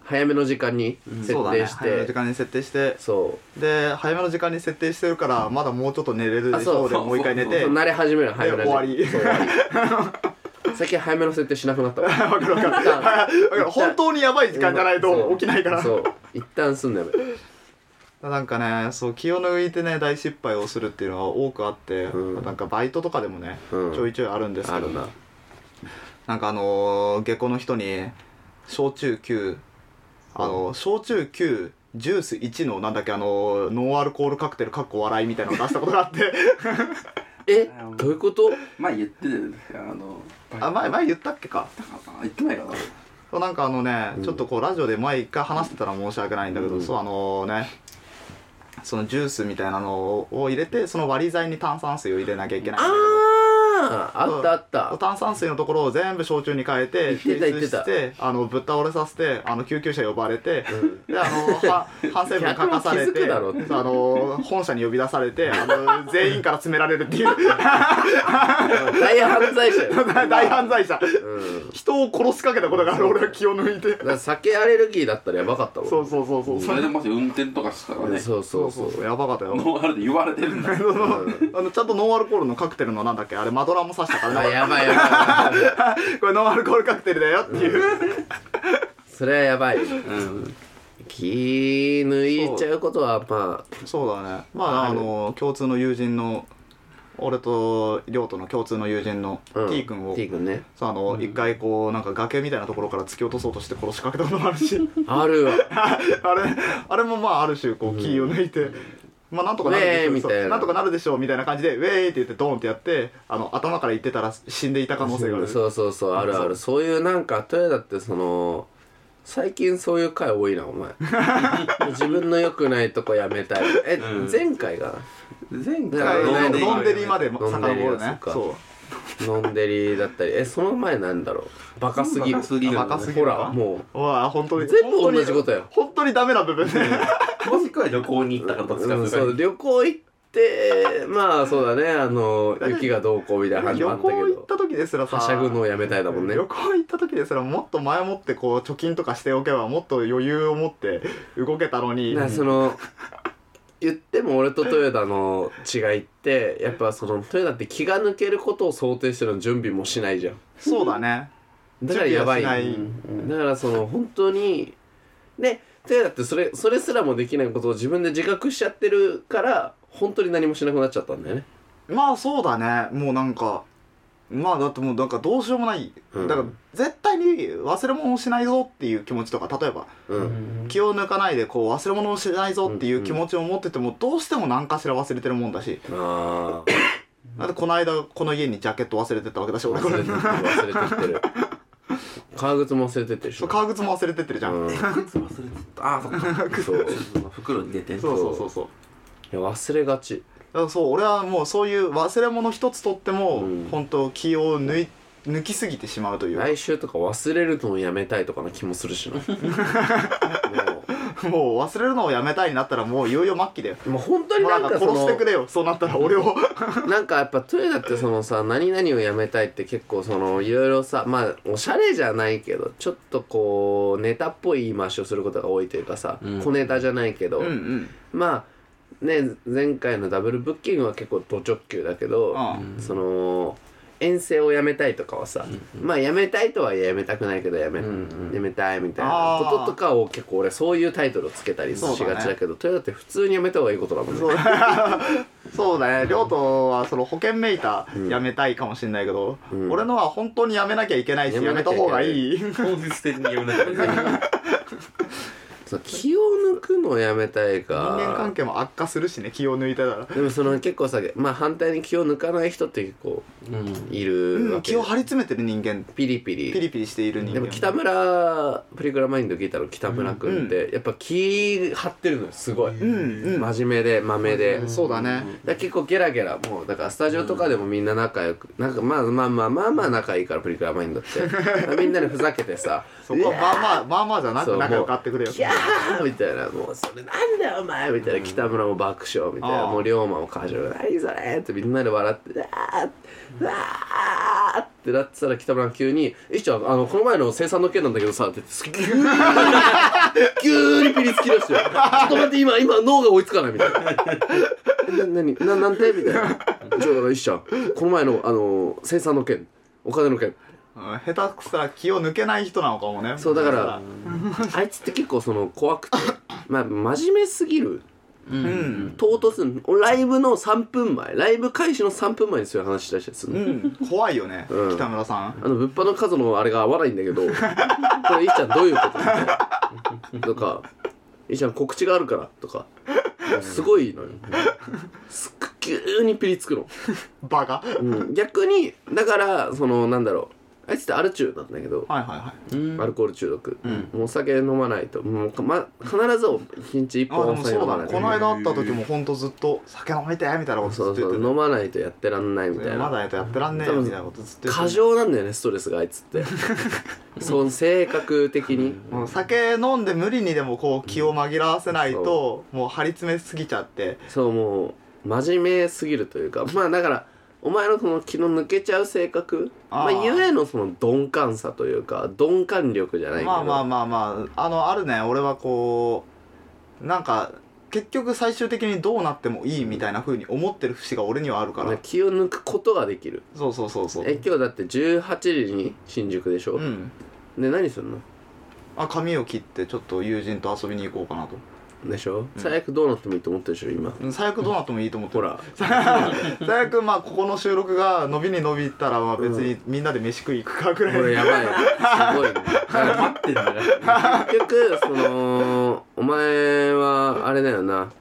Speaker 1: 早めの時間に設
Speaker 2: そうだね
Speaker 1: 定し
Speaker 2: 早めの時
Speaker 1: て
Speaker 2: 間に設定して
Speaker 1: そう
Speaker 2: で早めの時間に設定してるからまだもうちょっと寝れるでしょ
Speaker 1: あそう
Speaker 2: うでもう一回寝て
Speaker 1: そう慣れ始めるの早め
Speaker 2: で終わり
Speaker 1: そう終わり最近早めの設定しなくなったわ
Speaker 2: わ かるわかるだから本当にやばい時間じゃないと起きないから
Speaker 1: そう一旦すんだよ
Speaker 2: なんかねそう気を抜いてね大失敗をするっていうのは多くあって、
Speaker 1: うん
Speaker 2: なんかバイトとかでもね、
Speaker 1: うん
Speaker 2: ちょいちょいあるんです
Speaker 1: あ
Speaker 2: けど
Speaker 1: るな
Speaker 2: なんかあのー下校の人に焼酎9あのー焼酎9ジュース1のなんだっけあのーノンアルコールカクテルかっこ笑いみたいなのを出したことがあって
Speaker 1: えどういうこと
Speaker 3: 前言ってたよねあの
Speaker 2: あ前前言ったっけか
Speaker 3: あ言ってないかな
Speaker 2: そうなんかあのね、ちょっとこうラジオで前一回話してたら申し訳ないんだけど、
Speaker 1: うん
Speaker 2: そうあのねそのジュースみたいなのを入れてその割り剤に炭酸水を入れなきゃいけないんだけど
Speaker 1: あーあったあっ
Speaker 2: そう
Speaker 1: た
Speaker 2: 炭酸水のところを全部焼酎に変えて
Speaker 1: 言ってた言ってた
Speaker 2: してあのぶっ倒れさせてあの救急車呼ばれて、であのは反省文書かされ
Speaker 1: 客も気づく
Speaker 2: て
Speaker 1: だろって
Speaker 2: そうあの本社に呼び出されてあの全員から詰められるっていう
Speaker 1: 大犯罪者よ
Speaker 2: 大犯罪者
Speaker 1: うん
Speaker 2: 人を殺しかけたことがある俺は気を抜いて
Speaker 1: だから酒アレルギーだったらやばかったもん
Speaker 2: そうそうそうそう
Speaker 3: それでもし運転とかしたらね
Speaker 1: そうそうそう
Speaker 2: そうやばかったよ
Speaker 3: ノーアルで言われてるんだよ
Speaker 2: あのちゃんとノンアルコールのカクテルのなんだっけあれマドラーも刺したから
Speaker 1: あ
Speaker 2: ね
Speaker 1: やばいやばい
Speaker 2: これノンアルコールカクテルだよっていう、
Speaker 1: それはやばい
Speaker 3: うん
Speaker 1: 気抜いちゃうことはまあ
Speaker 2: そうだねまあ
Speaker 1: あ
Speaker 2: あ
Speaker 1: る
Speaker 2: の共通の友人の俺と亮との共通の友人の
Speaker 1: うん
Speaker 2: T 君を
Speaker 1: T 君ね
Speaker 2: そうあの一回こうなんか崖みたいなところから突き落とそうとして殺しかけたこともあるし
Speaker 1: あるわ
Speaker 2: あれあれもまあある種こうキーを抜いて。まあなんとかなるでし
Speaker 1: ウェーイ
Speaker 2: ょ
Speaker 1: み
Speaker 2: う
Speaker 1: たいな
Speaker 2: そうなんとかなるでしょうみたいな感じでウェーイって言ってドーンってやってあの頭からいってたら死んでいた可能性がある
Speaker 1: そうそうそうあるあるそういうなんかトヨタってその最近そういう回多いなお 前自分の良くないとこやめたいえ、
Speaker 3: うん
Speaker 1: 前回が
Speaker 3: 前
Speaker 1: 回
Speaker 2: はい
Speaker 1: 飲んでり
Speaker 2: 飲んでりまで遡
Speaker 1: 飲んでり
Speaker 2: る
Speaker 1: はそ
Speaker 2: ね
Speaker 1: っか
Speaker 2: そ
Speaker 1: 飲んでりだったりえその前なんだろうバカすぎる
Speaker 3: バカすぎる
Speaker 2: バカすぎ
Speaker 1: ほ
Speaker 2: る
Speaker 1: らも
Speaker 2: ううわあ本当に
Speaker 1: 全部同じことよ
Speaker 2: 本当にダメな部分ね
Speaker 3: もしくは旅行に行ったか
Speaker 1: う,、
Speaker 3: どっちか
Speaker 1: うん、
Speaker 3: とか
Speaker 1: そう旅行行ってまあそうだねあの雪がどうこうみたいな感じ
Speaker 2: 旅
Speaker 1: もあった
Speaker 2: 行
Speaker 1: け
Speaker 2: 行っ
Speaker 1: ど
Speaker 2: た時ですらさ
Speaker 1: はしゃぐのをやめたいだもんね
Speaker 2: 旅行行った時ですらもっと前もってこう貯金とかしておけばもっと余裕を持って動けたのに
Speaker 1: なその言っても俺とトヨタの違いってやっぱそのトヨタって気が抜けることを想定しての準備もしないじゃん
Speaker 2: そうだね
Speaker 1: だからやばい
Speaker 2: 準備はしない
Speaker 1: うんだからその本当にでトヨタってそれそれすらもできないことを自分で自覚しちゃってるから本当に何もしなくなっちゃったんだよね
Speaker 2: まあそうだねもうなんかまあだってもうなんかどうしようもない、
Speaker 1: うん
Speaker 2: だから絶対に忘れ物をしないぞっていう気持ちとか例えば
Speaker 1: うん
Speaker 2: 気を抜かないでこう忘れ物をしないぞっていう気持ちを持っててもどうしても何かしら忘れてるもんだし
Speaker 1: ああ
Speaker 2: だってこの間この家にジャケット忘れてったわけだし俺こ
Speaker 1: 忘
Speaker 2: れ
Speaker 1: れてってる忘れてってる革靴も忘れてってるでし
Speaker 2: そう
Speaker 1: ょ
Speaker 2: 革靴も忘れてってるじゃん、
Speaker 1: うん
Speaker 3: 靴忘れてたあーそっか
Speaker 1: そう
Speaker 3: その袋に出て
Speaker 2: そうそうそうそう
Speaker 1: いや忘れがち
Speaker 2: だからそう俺はもうそういう忘れ物一つとっても、
Speaker 1: うん
Speaker 2: 本当気を抜い抜きすぎてしまうという
Speaker 1: 来週とか忘れるのをやめたいとかの気もするしなも
Speaker 2: もう忘れるのをやめたいになったらもういよいよ末期だよ
Speaker 1: うもう本当に
Speaker 2: もうな
Speaker 1: なんん
Speaker 2: か
Speaker 1: かそ
Speaker 2: 殺
Speaker 1: の
Speaker 2: してくれよそうなったら俺を
Speaker 1: なんかやっぱトヨタってそのさ何々をやめたいって結構そのいろいろさまあおしゃれじゃないけどちょっとこうネタっぽい言い回しをすることが多いというかさ、
Speaker 3: うん
Speaker 1: 小ネタじゃないけど、
Speaker 2: うんうん
Speaker 1: まあね前回のダブルブッキングは結構ド直球だけど、
Speaker 2: うん
Speaker 1: その遠征をやめたいとかはさ、まあやめたいとはやめたくないけどやめ,、
Speaker 3: うんうん
Speaker 1: やめたいみたいなこととかを結構俺そういうタイトルをつけたりしがちだけどトヨタって普通にやめた方がいいことだもんね
Speaker 2: そうそうだね亮とはその保険めいたやめたいかもしれないけど、
Speaker 1: うん
Speaker 2: 俺のは本当にやめなきゃいけないし
Speaker 1: や
Speaker 2: や
Speaker 1: めな
Speaker 2: め
Speaker 1: きゃ
Speaker 2: た
Speaker 1: いけない
Speaker 2: 方がいい
Speaker 3: 本質的に読めなかった
Speaker 1: そう気を抜くのをやめたい
Speaker 2: 人
Speaker 1: か
Speaker 2: 間関係も悪化するしね気を抜いてたら、
Speaker 1: でもその結構さまあ反対に気を抜かない人って結構いる
Speaker 2: う
Speaker 1: わ
Speaker 2: ん、
Speaker 1: け
Speaker 2: 気
Speaker 1: で、
Speaker 2: を張り詰めてる人間
Speaker 1: ピリピリ
Speaker 2: ピリピリしている人間
Speaker 1: でも北村プリクラマインド聞いたの北村君って、やっぱ気張ってるのよすごい、
Speaker 2: うんうん、
Speaker 1: 真面目で豆で、
Speaker 2: うんそうだ
Speaker 1: だ
Speaker 2: ね
Speaker 1: から結構ゲラゲラもうだからスタジオとかでもみんな仲良く、なんかまあまあまあまあまあ仲いいからプリクラマインドって みんなでふざけてさ
Speaker 2: そこはまあまあまあまあじゃな
Speaker 1: そう
Speaker 2: く仲良くあってくれよ
Speaker 1: キャーみたいなもうそれなんだよお前みたいな北村も爆笑みたいな
Speaker 2: あー
Speaker 1: もう龍馬も川島も何それってみんなで笑ってあーあーってなってたら北村が急に「いっちゃんあのこの前の生産の件なんだけどさ」って言って急に急にピリつきだして「ちょっと待って今今脳が追いつかない」みたいな。な何ななんてみたいな「じゃあ一社この前のあの生産の件お金の件
Speaker 2: うん下手くそら気を抜けない人なのかもね
Speaker 1: そうだからあいつって結構その怖くて まあ真面目すぎる
Speaker 3: うん
Speaker 2: う
Speaker 3: うん
Speaker 2: ん、
Speaker 1: 唐突にライブの3分前ライブ開始の3分前にそういう話し出したりする
Speaker 2: う
Speaker 1: の、
Speaker 2: ん、怖いよね、
Speaker 1: うん
Speaker 2: 北村さん
Speaker 1: あの物販の数のあれが合わないんだ けどこれいっちゃんどういうことみたいなとかいっちゃん告知があるからとかすごいのよすっ急にピリつくの、
Speaker 2: バカはい
Speaker 1: うん逆にだからそのなんだろうあいつってアル中なんだけど
Speaker 2: はいは
Speaker 3: うん
Speaker 1: アルコール中毒、
Speaker 3: うん
Speaker 1: もうお酒飲まないともうか、ま、必ず一日一
Speaker 2: いあで
Speaker 1: 本お
Speaker 2: も
Speaker 1: 酒
Speaker 2: そ
Speaker 1: 飲
Speaker 2: う
Speaker 1: ま
Speaker 2: だ
Speaker 1: ない
Speaker 2: ね
Speaker 1: と
Speaker 2: この間会った時もほんとずっと「酒飲みて」みたいなことず
Speaker 1: そう
Speaker 2: っと言
Speaker 1: そう
Speaker 2: ってて
Speaker 1: 飲まないとやってらんないみたいな
Speaker 2: まだやとやってらんねえよみたいなことずっと言って
Speaker 1: 過剰なんだよねストレスがあいつって その性格的に
Speaker 2: うん酒飲んで無理にでもこう気を紛らわせないともう張り詰めすぎちゃって
Speaker 1: そうもう真面目すぎるというかまあだからお前のその気の抜けちゃう性格ま
Speaker 2: あ
Speaker 1: あ
Speaker 2: ー
Speaker 1: ゆえのその鈍感さというか鈍感力じゃないけど
Speaker 2: まあまあまあまああのあるね俺はこうなんか結局最終的にどうなってもいいみたいな風に思ってる節が俺にはあるから
Speaker 1: 気を抜くことができる
Speaker 2: そうそうそうそう
Speaker 1: え今日だって18時に新宿でしょ、
Speaker 2: うん
Speaker 1: で何するの
Speaker 2: あ髪を切ってちょっと友人と遊びに行こうかなと
Speaker 1: でしょ、最悪どうなってもいいと思ってるでしょ今
Speaker 2: うん最悪どうなってもいいと思って
Speaker 1: ほ
Speaker 2: る
Speaker 1: ら
Speaker 2: 最悪まあここの収録が伸びに伸びたらまあ別にみんなで飯食い行くかぐ
Speaker 1: こ
Speaker 2: らい
Speaker 1: れやばいすごいね
Speaker 3: 待ってんだな
Speaker 1: 結局そのお前はあれだよな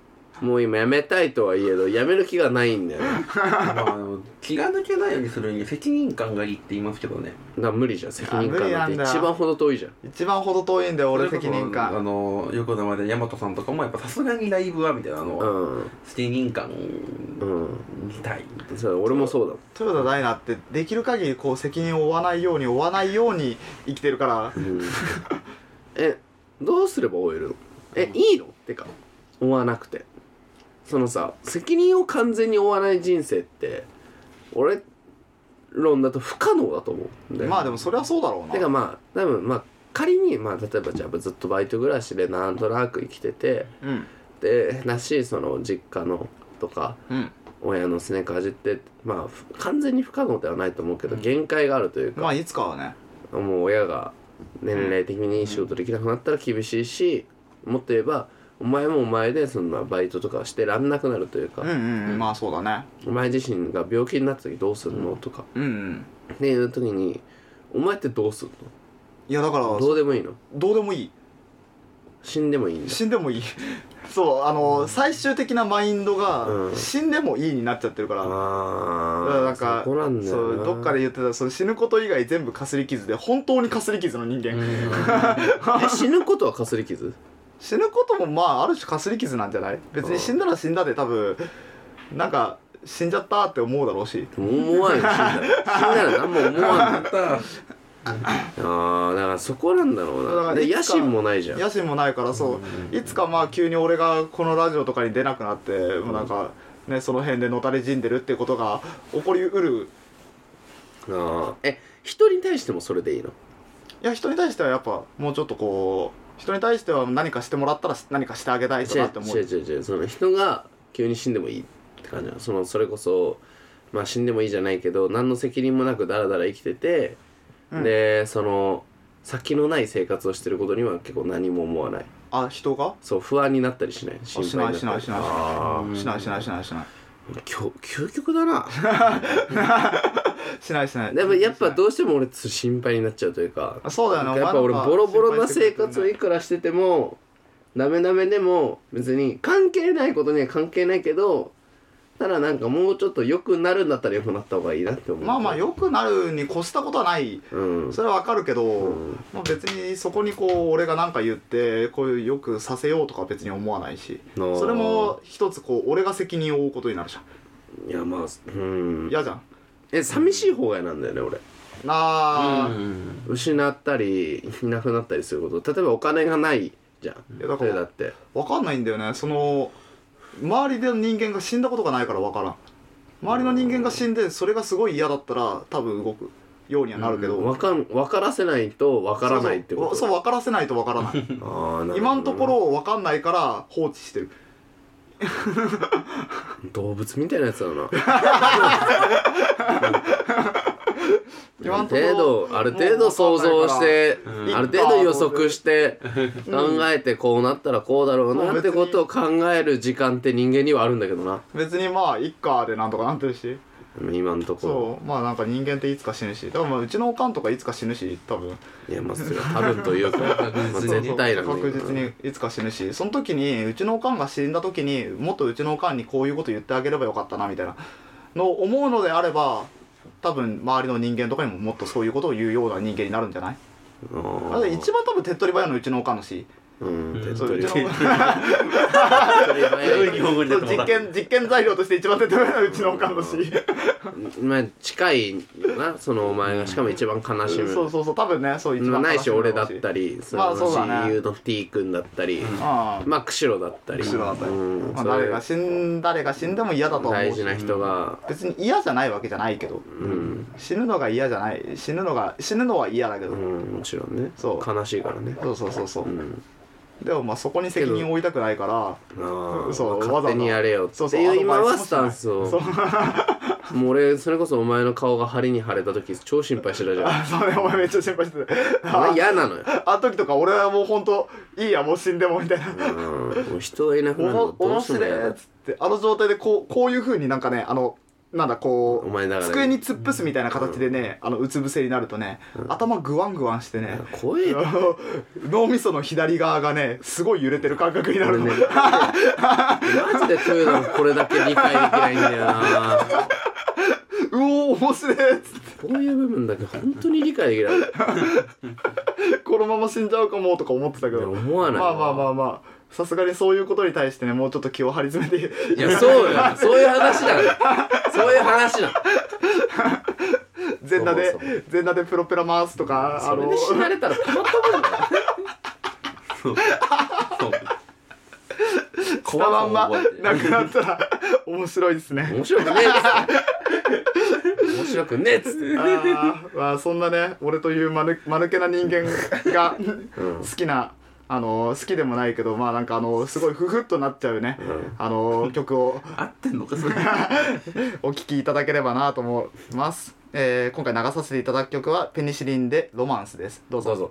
Speaker 1: もう今辞めたいとはいえど辞める気がないんだよねだか
Speaker 3: まああの気が抜けないようにするに責任感がいいって言いますけどね
Speaker 1: ら無理じゃん責任感なんて
Speaker 2: 無理なんだ
Speaker 1: 一番ほど遠いじゃん
Speaker 2: 一番ほど遠いんだよ俺
Speaker 3: それこ
Speaker 2: 責
Speaker 3: そ
Speaker 2: 任
Speaker 3: あ
Speaker 2: 感
Speaker 3: の横の前で大和さんとかもやっぱさすがにライブはみたいなあの、
Speaker 1: うん
Speaker 3: 責任感
Speaker 1: うん
Speaker 3: みたい
Speaker 1: そう俺もそうだもん
Speaker 2: 豊田大那ってできる限りこう責任を負わないように負わないように生きてるから
Speaker 1: うんえどうすれば終えるのえいいのってか追わなくてそのさ責任を完全に負わない人生って俺論だと不可能だと思うんだよ
Speaker 2: まあでもそれはそうだろう
Speaker 1: てか
Speaker 2: な
Speaker 1: まあ多分まあ仮にまあ例えばじゃあずっとバイト暮らしでなんとなく生きてて
Speaker 2: うん
Speaker 1: ってだしその実家のとか
Speaker 2: うん
Speaker 1: 親のすねかじってまあふ完全に不可能ではないと思うけど、
Speaker 2: うん
Speaker 1: 限界があるというか
Speaker 2: まあいつかはね
Speaker 1: もう親が年齢的に仕事できなくなったら厳しいし、もっと言えばお前もお前でそんなバイトとかしてらんなくなるというか、
Speaker 2: うんうん、うん、まあそうだね
Speaker 1: お前自身が病気になった時どうするのとか
Speaker 2: うんうん
Speaker 1: っていう時にお前ってどうする
Speaker 2: いやだから
Speaker 1: のどうでもいいの
Speaker 2: どうでもいい
Speaker 1: 死んでもいいんだ
Speaker 2: 死んでもいいそうあの最終的なマインドが
Speaker 1: うん
Speaker 2: 死んでもいいになっちゃってるから、だから
Speaker 1: あ
Speaker 2: なんか
Speaker 1: あそこなんだよ
Speaker 2: そう
Speaker 1: な
Speaker 2: どっかで言ってたその死ぬこと以外全部かすり傷で本当にかすり傷の人間、
Speaker 1: え死ぬことはかすり傷
Speaker 2: 死ぬこともまあある種かすり傷なんじゃない別に死んだら死んだで多分なんか死んじゃったって思うだろうし
Speaker 1: もう思わ んよ死んだら死んだら何も思わんの
Speaker 3: また
Speaker 1: ああだからそこなんだろ
Speaker 2: だ
Speaker 1: う
Speaker 2: か
Speaker 1: な
Speaker 2: ら
Speaker 1: で
Speaker 2: いつか
Speaker 1: 野心もないじゃん
Speaker 2: 野心もないからそういつかまあ急に俺がこのラジオとかに出なくなってもうなんかねその辺でのたれ死んでるってことが起こりうる
Speaker 1: あーえ人に対してもそれでいいの
Speaker 2: いや人に対してはやっぱもうちょっとこう人に対しては何かしてもらったら何かしてあげたいと
Speaker 1: 違
Speaker 2: なって思
Speaker 1: う違う
Speaker 2: う
Speaker 1: 違う違うその人が急に死んでもいいって感じなのそのそれこそまあ死んでもいいじゃないけど何の責任もなくダラダラ生きてて、
Speaker 2: うん
Speaker 1: でその先のない生活をしてることには結構何も思わない
Speaker 2: あ人が
Speaker 1: そう不安になったりしない心
Speaker 2: し
Speaker 1: 配
Speaker 2: ない
Speaker 1: に
Speaker 2: し
Speaker 1: な
Speaker 2: な
Speaker 1: ったり
Speaker 2: いしない
Speaker 1: あー
Speaker 2: しないしないしないしない
Speaker 1: きょ究極だな
Speaker 2: しないしない
Speaker 1: でもやっぱどうしても俺心配になっちゃうという か
Speaker 2: あそうだよね
Speaker 1: やっぱ俺
Speaker 2: お前なんか
Speaker 1: ボロボロな生
Speaker 2: 心配し
Speaker 1: 活
Speaker 2: て
Speaker 1: を
Speaker 2: くれ
Speaker 1: いくらしててもダメダメでも別に関係ないことには関係ないけどただなんかもうちょっと良くなるんだったら良くなった方がいいなって思う
Speaker 2: まあまあ良くなるに越したことはない
Speaker 1: うん
Speaker 2: それはわかるけど、
Speaker 1: うん
Speaker 2: まあ、別にそこにこう俺が何か言ってこういうよくさせようとかは別に思わないし
Speaker 1: の
Speaker 2: それも一つこう俺が責任を負うことになるじゃん
Speaker 1: いやまあうん
Speaker 2: 嫌じゃん
Speaker 1: え寂しい方が嫌なんだよね俺
Speaker 2: なあ、
Speaker 3: うん
Speaker 1: 失ったりいなくなったりすること例えばお金がないじゃん
Speaker 2: いやだ
Speaker 1: そ
Speaker 2: か
Speaker 1: れだ
Speaker 2: ら
Speaker 1: って
Speaker 2: 分かんないんだよねその周りでの人間が死んだことがないから分からん周りの人間が死んでそれがすごい嫌だったら多分動くようにはなるけど、
Speaker 1: 分かん分からせないと分からないってこと
Speaker 2: そうそうそう分からせないと分からない
Speaker 1: あ ーなるほどね
Speaker 2: 今のところ分かんないから放置してる
Speaker 1: 動物みたいなやつだな
Speaker 2: 今
Speaker 1: あ
Speaker 2: の
Speaker 1: る
Speaker 2: ところ
Speaker 1: 程度ある程度想像して、
Speaker 3: うん
Speaker 1: ある程度予測して考えてこうなったらこうだろうなってことを考える時間って人間にはあるんだけどな
Speaker 2: 別にまあ一家でなんとかなってるし
Speaker 1: 今のとこ
Speaker 2: そうまあなんか人間っていつか死ぬしだからまあうちのおかんとかいつか死ぬし多分
Speaker 1: ろいやまあそれは多分という かまあ
Speaker 3: 確実にね
Speaker 1: 絶対なんだけど
Speaker 2: 確実にいつか死ぬしその時にうちのおかんが死んだ時にもっとうちのおかんにこういうこと言ってあげればよかったなみたいなのを思うのであれば多分周りの人間とかにももっとそういうことを言うような人間になるんじゃない
Speaker 1: あ
Speaker 2: あ
Speaker 1: ー
Speaker 2: れ一番多分手っ取り早いのうちのおかんのし
Speaker 1: うん手っ
Speaker 2: そう
Speaker 1: 取
Speaker 2: う
Speaker 1: り
Speaker 2: ち
Speaker 1: 手っ取
Speaker 2: の
Speaker 1: り
Speaker 3: 強い
Speaker 1: 早
Speaker 3: 日
Speaker 1: い
Speaker 3: 本語になっても
Speaker 2: 実
Speaker 3: らった
Speaker 2: 験実験材料として一番手っ取り早いうちのお かんのし
Speaker 1: まあ近いよなそのお前がしかも一番悲しむ
Speaker 2: そうそうそう多分ねそう一
Speaker 1: まあ
Speaker 2: 番
Speaker 1: ないし俺だっ
Speaker 2: り
Speaker 1: たりそ
Speaker 2: まあ
Speaker 1: の
Speaker 2: そうだね
Speaker 1: 親友の T 君だったり、
Speaker 2: ああ
Speaker 1: まあ釧路だったり
Speaker 2: 釧路だったり
Speaker 1: うん
Speaker 2: ま
Speaker 1: そ
Speaker 2: あ、
Speaker 1: うい
Speaker 2: 誰
Speaker 1: う
Speaker 2: が死ん誰が死んでも嫌だとは思
Speaker 1: 大
Speaker 2: うし
Speaker 1: 事な人が、
Speaker 2: 別に嫌じゃないわけじゃないけど、
Speaker 1: ん
Speaker 2: 死ぬのが嫌じゃない死ぬのが死ぬのは嫌だけど、
Speaker 1: うん、もちろんね
Speaker 2: そう
Speaker 1: 悲しいからね
Speaker 2: そうそうそうそう、
Speaker 1: ん
Speaker 2: でもまあそこに責任を負いたくないから
Speaker 1: ああ
Speaker 2: そうわざわ
Speaker 1: 勝
Speaker 2: ざ
Speaker 1: 手にやれよ
Speaker 2: そ
Speaker 1: っ
Speaker 2: う
Speaker 1: て
Speaker 2: そう
Speaker 1: いう今
Speaker 2: アドバ
Speaker 1: は
Speaker 2: イスも
Speaker 1: ス
Speaker 2: しない
Speaker 1: タンスを
Speaker 2: そう
Speaker 1: もう俺それこそお前の顔が張りに腫れた時超心配してたじゃん
Speaker 2: あそうねお前めっちゃ心配して
Speaker 1: お前
Speaker 2: た
Speaker 1: 嫌なのよ、
Speaker 2: あの時とか俺はもう本当いいやもう死んでもみたいな
Speaker 1: うん、もう人がいなく
Speaker 2: お
Speaker 1: なるの
Speaker 2: も
Speaker 1: ど
Speaker 2: 面
Speaker 1: うしても
Speaker 2: 白
Speaker 1: 嫌
Speaker 2: いっ
Speaker 1: だ
Speaker 2: つってあの状態でこうこういうふうになんかねあのなんだこ
Speaker 1: お前だ
Speaker 2: う
Speaker 1: から
Speaker 2: 机に突っ伏すみたいな形でね、あのうつ伏せになるとね、頭グワングワンしてね、
Speaker 1: 怖えよ
Speaker 2: あの 脳みその左側がねすごい揺れてる感覚になるの、
Speaker 1: 俺ねマジで豊田もこれだけ理解できないんだよな
Speaker 2: うおー面白いっつっ
Speaker 1: こういう部分だけ本当に理解できない
Speaker 2: てこのまま死んじゃうかもとか思ってたけど
Speaker 1: いや思わない
Speaker 2: まあまあまあまあさすがにそういうことに対してねもうちょっと気を張り詰めて
Speaker 1: いや そうよそういう話だそういう話だ
Speaker 2: 全裸で
Speaker 1: そうそう
Speaker 2: 全裸でプロペラ回すとかあ
Speaker 1: それ
Speaker 2: の
Speaker 1: で死なれたらたまったもんだよ
Speaker 3: そう そう
Speaker 2: たまんま
Speaker 3: 怖さを覚えて
Speaker 2: なくなったら面白いです ね
Speaker 1: 面白くねえっつって面白くねえっつって
Speaker 2: あーまあそんなね俺というまぬまぬけな人間が好きなあの好きでもないけどまあなんかあのすごいフフッとなっちゃうね
Speaker 1: うん
Speaker 2: あの曲を
Speaker 3: 合ってんのかそれ
Speaker 2: お聴きいただければなと思います、えー今回流させていただく曲は「ペニシリンでロマンス」ですどうぞ
Speaker 1: どうぞ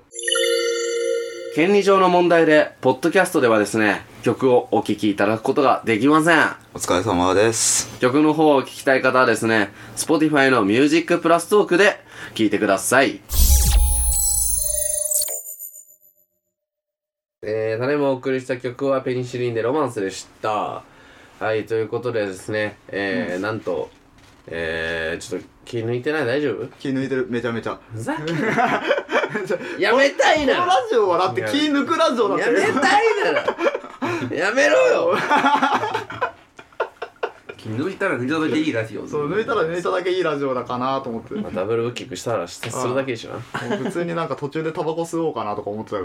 Speaker 3: 権利上の問題でポッドキャストではですね曲をお聴きいただくことができません
Speaker 4: お疲れ様です。
Speaker 3: 曲の方を聴きたい方はですね Spotify の「ミュージックプラストーク」で聴いてください
Speaker 1: えー、誰もお送りした曲は「ペニシリンでロマンス」でしたはいということでですねえーなんとえー、ちょっと気抜いてない大丈夫
Speaker 2: 気抜いてるめちゃめちゃ
Speaker 1: ふざけんな やめたい
Speaker 2: この
Speaker 1: な
Speaker 2: ラジオはだって気抜くラジオだっ
Speaker 1: や
Speaker 2: て
Speaker 1: めたいなやめろよ
Speaker 3: 抜いたら抜いただけいいラジオ
Speaker 2: そう抜いたら抜いただけいいラジオだかなと思っても
Speaker 1: まあダブルブッキングしたらしたするだけでしょ
Speaker 2: う普通になんか途中でタバコ吸おうかなとか思ってた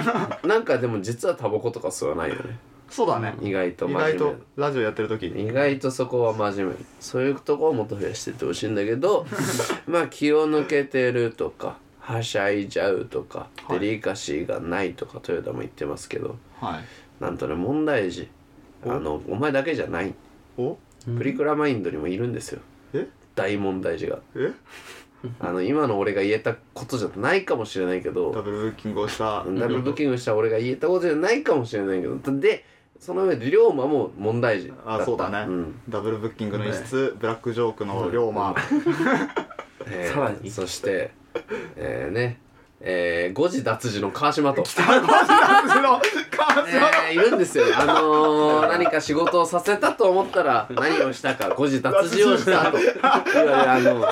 Speaker 2: から
Speaker 1: なんかでも実はタバコとか吸わないよね
Speaker 2: そうだね
Speaker 1: 意外と
Speaker 2: 意
Speaker 1: 真
Speaker 2: 外
Speaker 1: 面
Speaker 2: とラジオやってる時に
Speaker 1: 目意外とそこは真面目そういうとこをもっと増やしてってほしいんだけ どまあ気を抜けてるとかはしゃいじゃうとか、
Speaker 2: はい
Speaker 1: デリカシーがないとかトヨタも言ってますけど
Speaker 2: はい
Speaker 1: なんとね問題児あのお前だけじゃない
Speaker 2: お
Speaker 1: プリクラマインドにもいるんですよ
Speaker 2: え
Speaker 1: 大問題児が
Speaker 2: え
Speaker 1: あの今の俺が言えたことじゃないかもしれないけど
Speaker 2: ダブルブッキングをした
Speaker 1: ダブルブッキングした俺が言えたことじゃないかもしれないけどでその上で龍馬も問題児だった
Speaker 2: あそうだね
Speaker 1: ん
Speaker 2: ダブルブッキングの一室ブラックジョークの龍馬
Speaker 1: えー
Speaker 3: さらに
Speaker 1: そして えー、ねえー、誤字脱字の川島 と、
Speaker 2: あマジだ後ろ川島
Speaker 1: えー、いるんですよあのー、何か仕事をさせたと思ったら何をしたか誤字脱字をしたと言われあの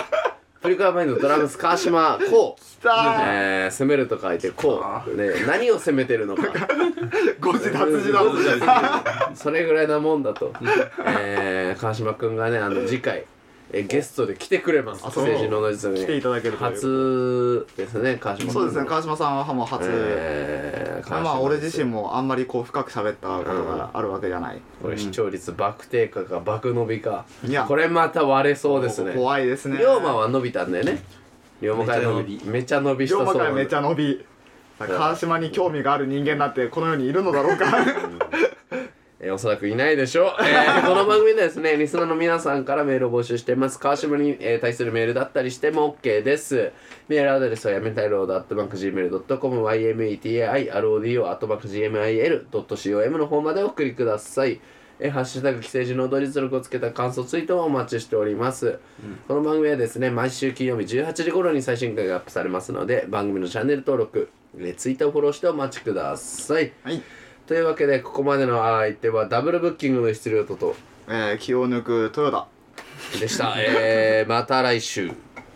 Speaker 1: プリクラマインドドラムス川島こう、
Speaker 2: 来た
Speaker 1: えー、攻めると書いてこう、ね、何を攻めてるのか
Speaker 2: 誤字脱字だ
Speaker 1: 誤字脱字それぐらいなもんだと、えー、川島君がねあの次回、えーゲストで来てくれます
Speaker 2: あそう
Speaker 1: 政治の同じ
Speaker 2: 来てい
Speaker 1: に
Speaker 2: ただけるという
Speaker 1: 初ですね川島君
Speaker 2: そうですね川島さんはもう初、
Speaker 1: えー川島
Speaker 2: まあ俺
Speaker 1: です
Speaker 2: 自身もあんまりこう深く喋ったことがあるわけじゃない、
Speaker 1: これ視聴率爆低下か爆伸びか
Speaker 2: いや
Speaker 1: これまた割れそうですね
Speaker 2: 怖いですね
Speaker 1: 龍馬は伸びたんだよね龍馬からの
Speaker 3: めちゃ伸び
Speaker 1: めちゃ伸びしたそう
Speaker 2: 龍馬か
Speaker 1: な
Speaker 2: ら
Speaker 1: ん
Speaker 2: め
Speaker 1: だ
Speaker 2: ちゃ伸び川島に興味がある人間なんてこの世にいるのだ ろうか
Speaker 1: えーおそらくいないでしょう、えーこの番組ではですねリスナーの皆さんからメールを募集しています川島に、えー対するメールだったりしても OK ですメールアドレスはやめたいロードアットマーク Gmail.com YMETAIRODO アットマーク GMIL.com の方までお送りくださいえーハッシュタグ既成時の同率力をつけた感想ツイートもお待ちしております、この番組はですね毎週金曜日18時頃に最新回がアップされますので番組のチャンネル登録えーツイッターをフォローしてお待ちください
Speaker 2: はい、
Speaker 1: というわけでここまでの相手はダブルブッキングの質量とと
Speaker 2: えー気を抜く豊田
Speaker 1: でした、えー、また来週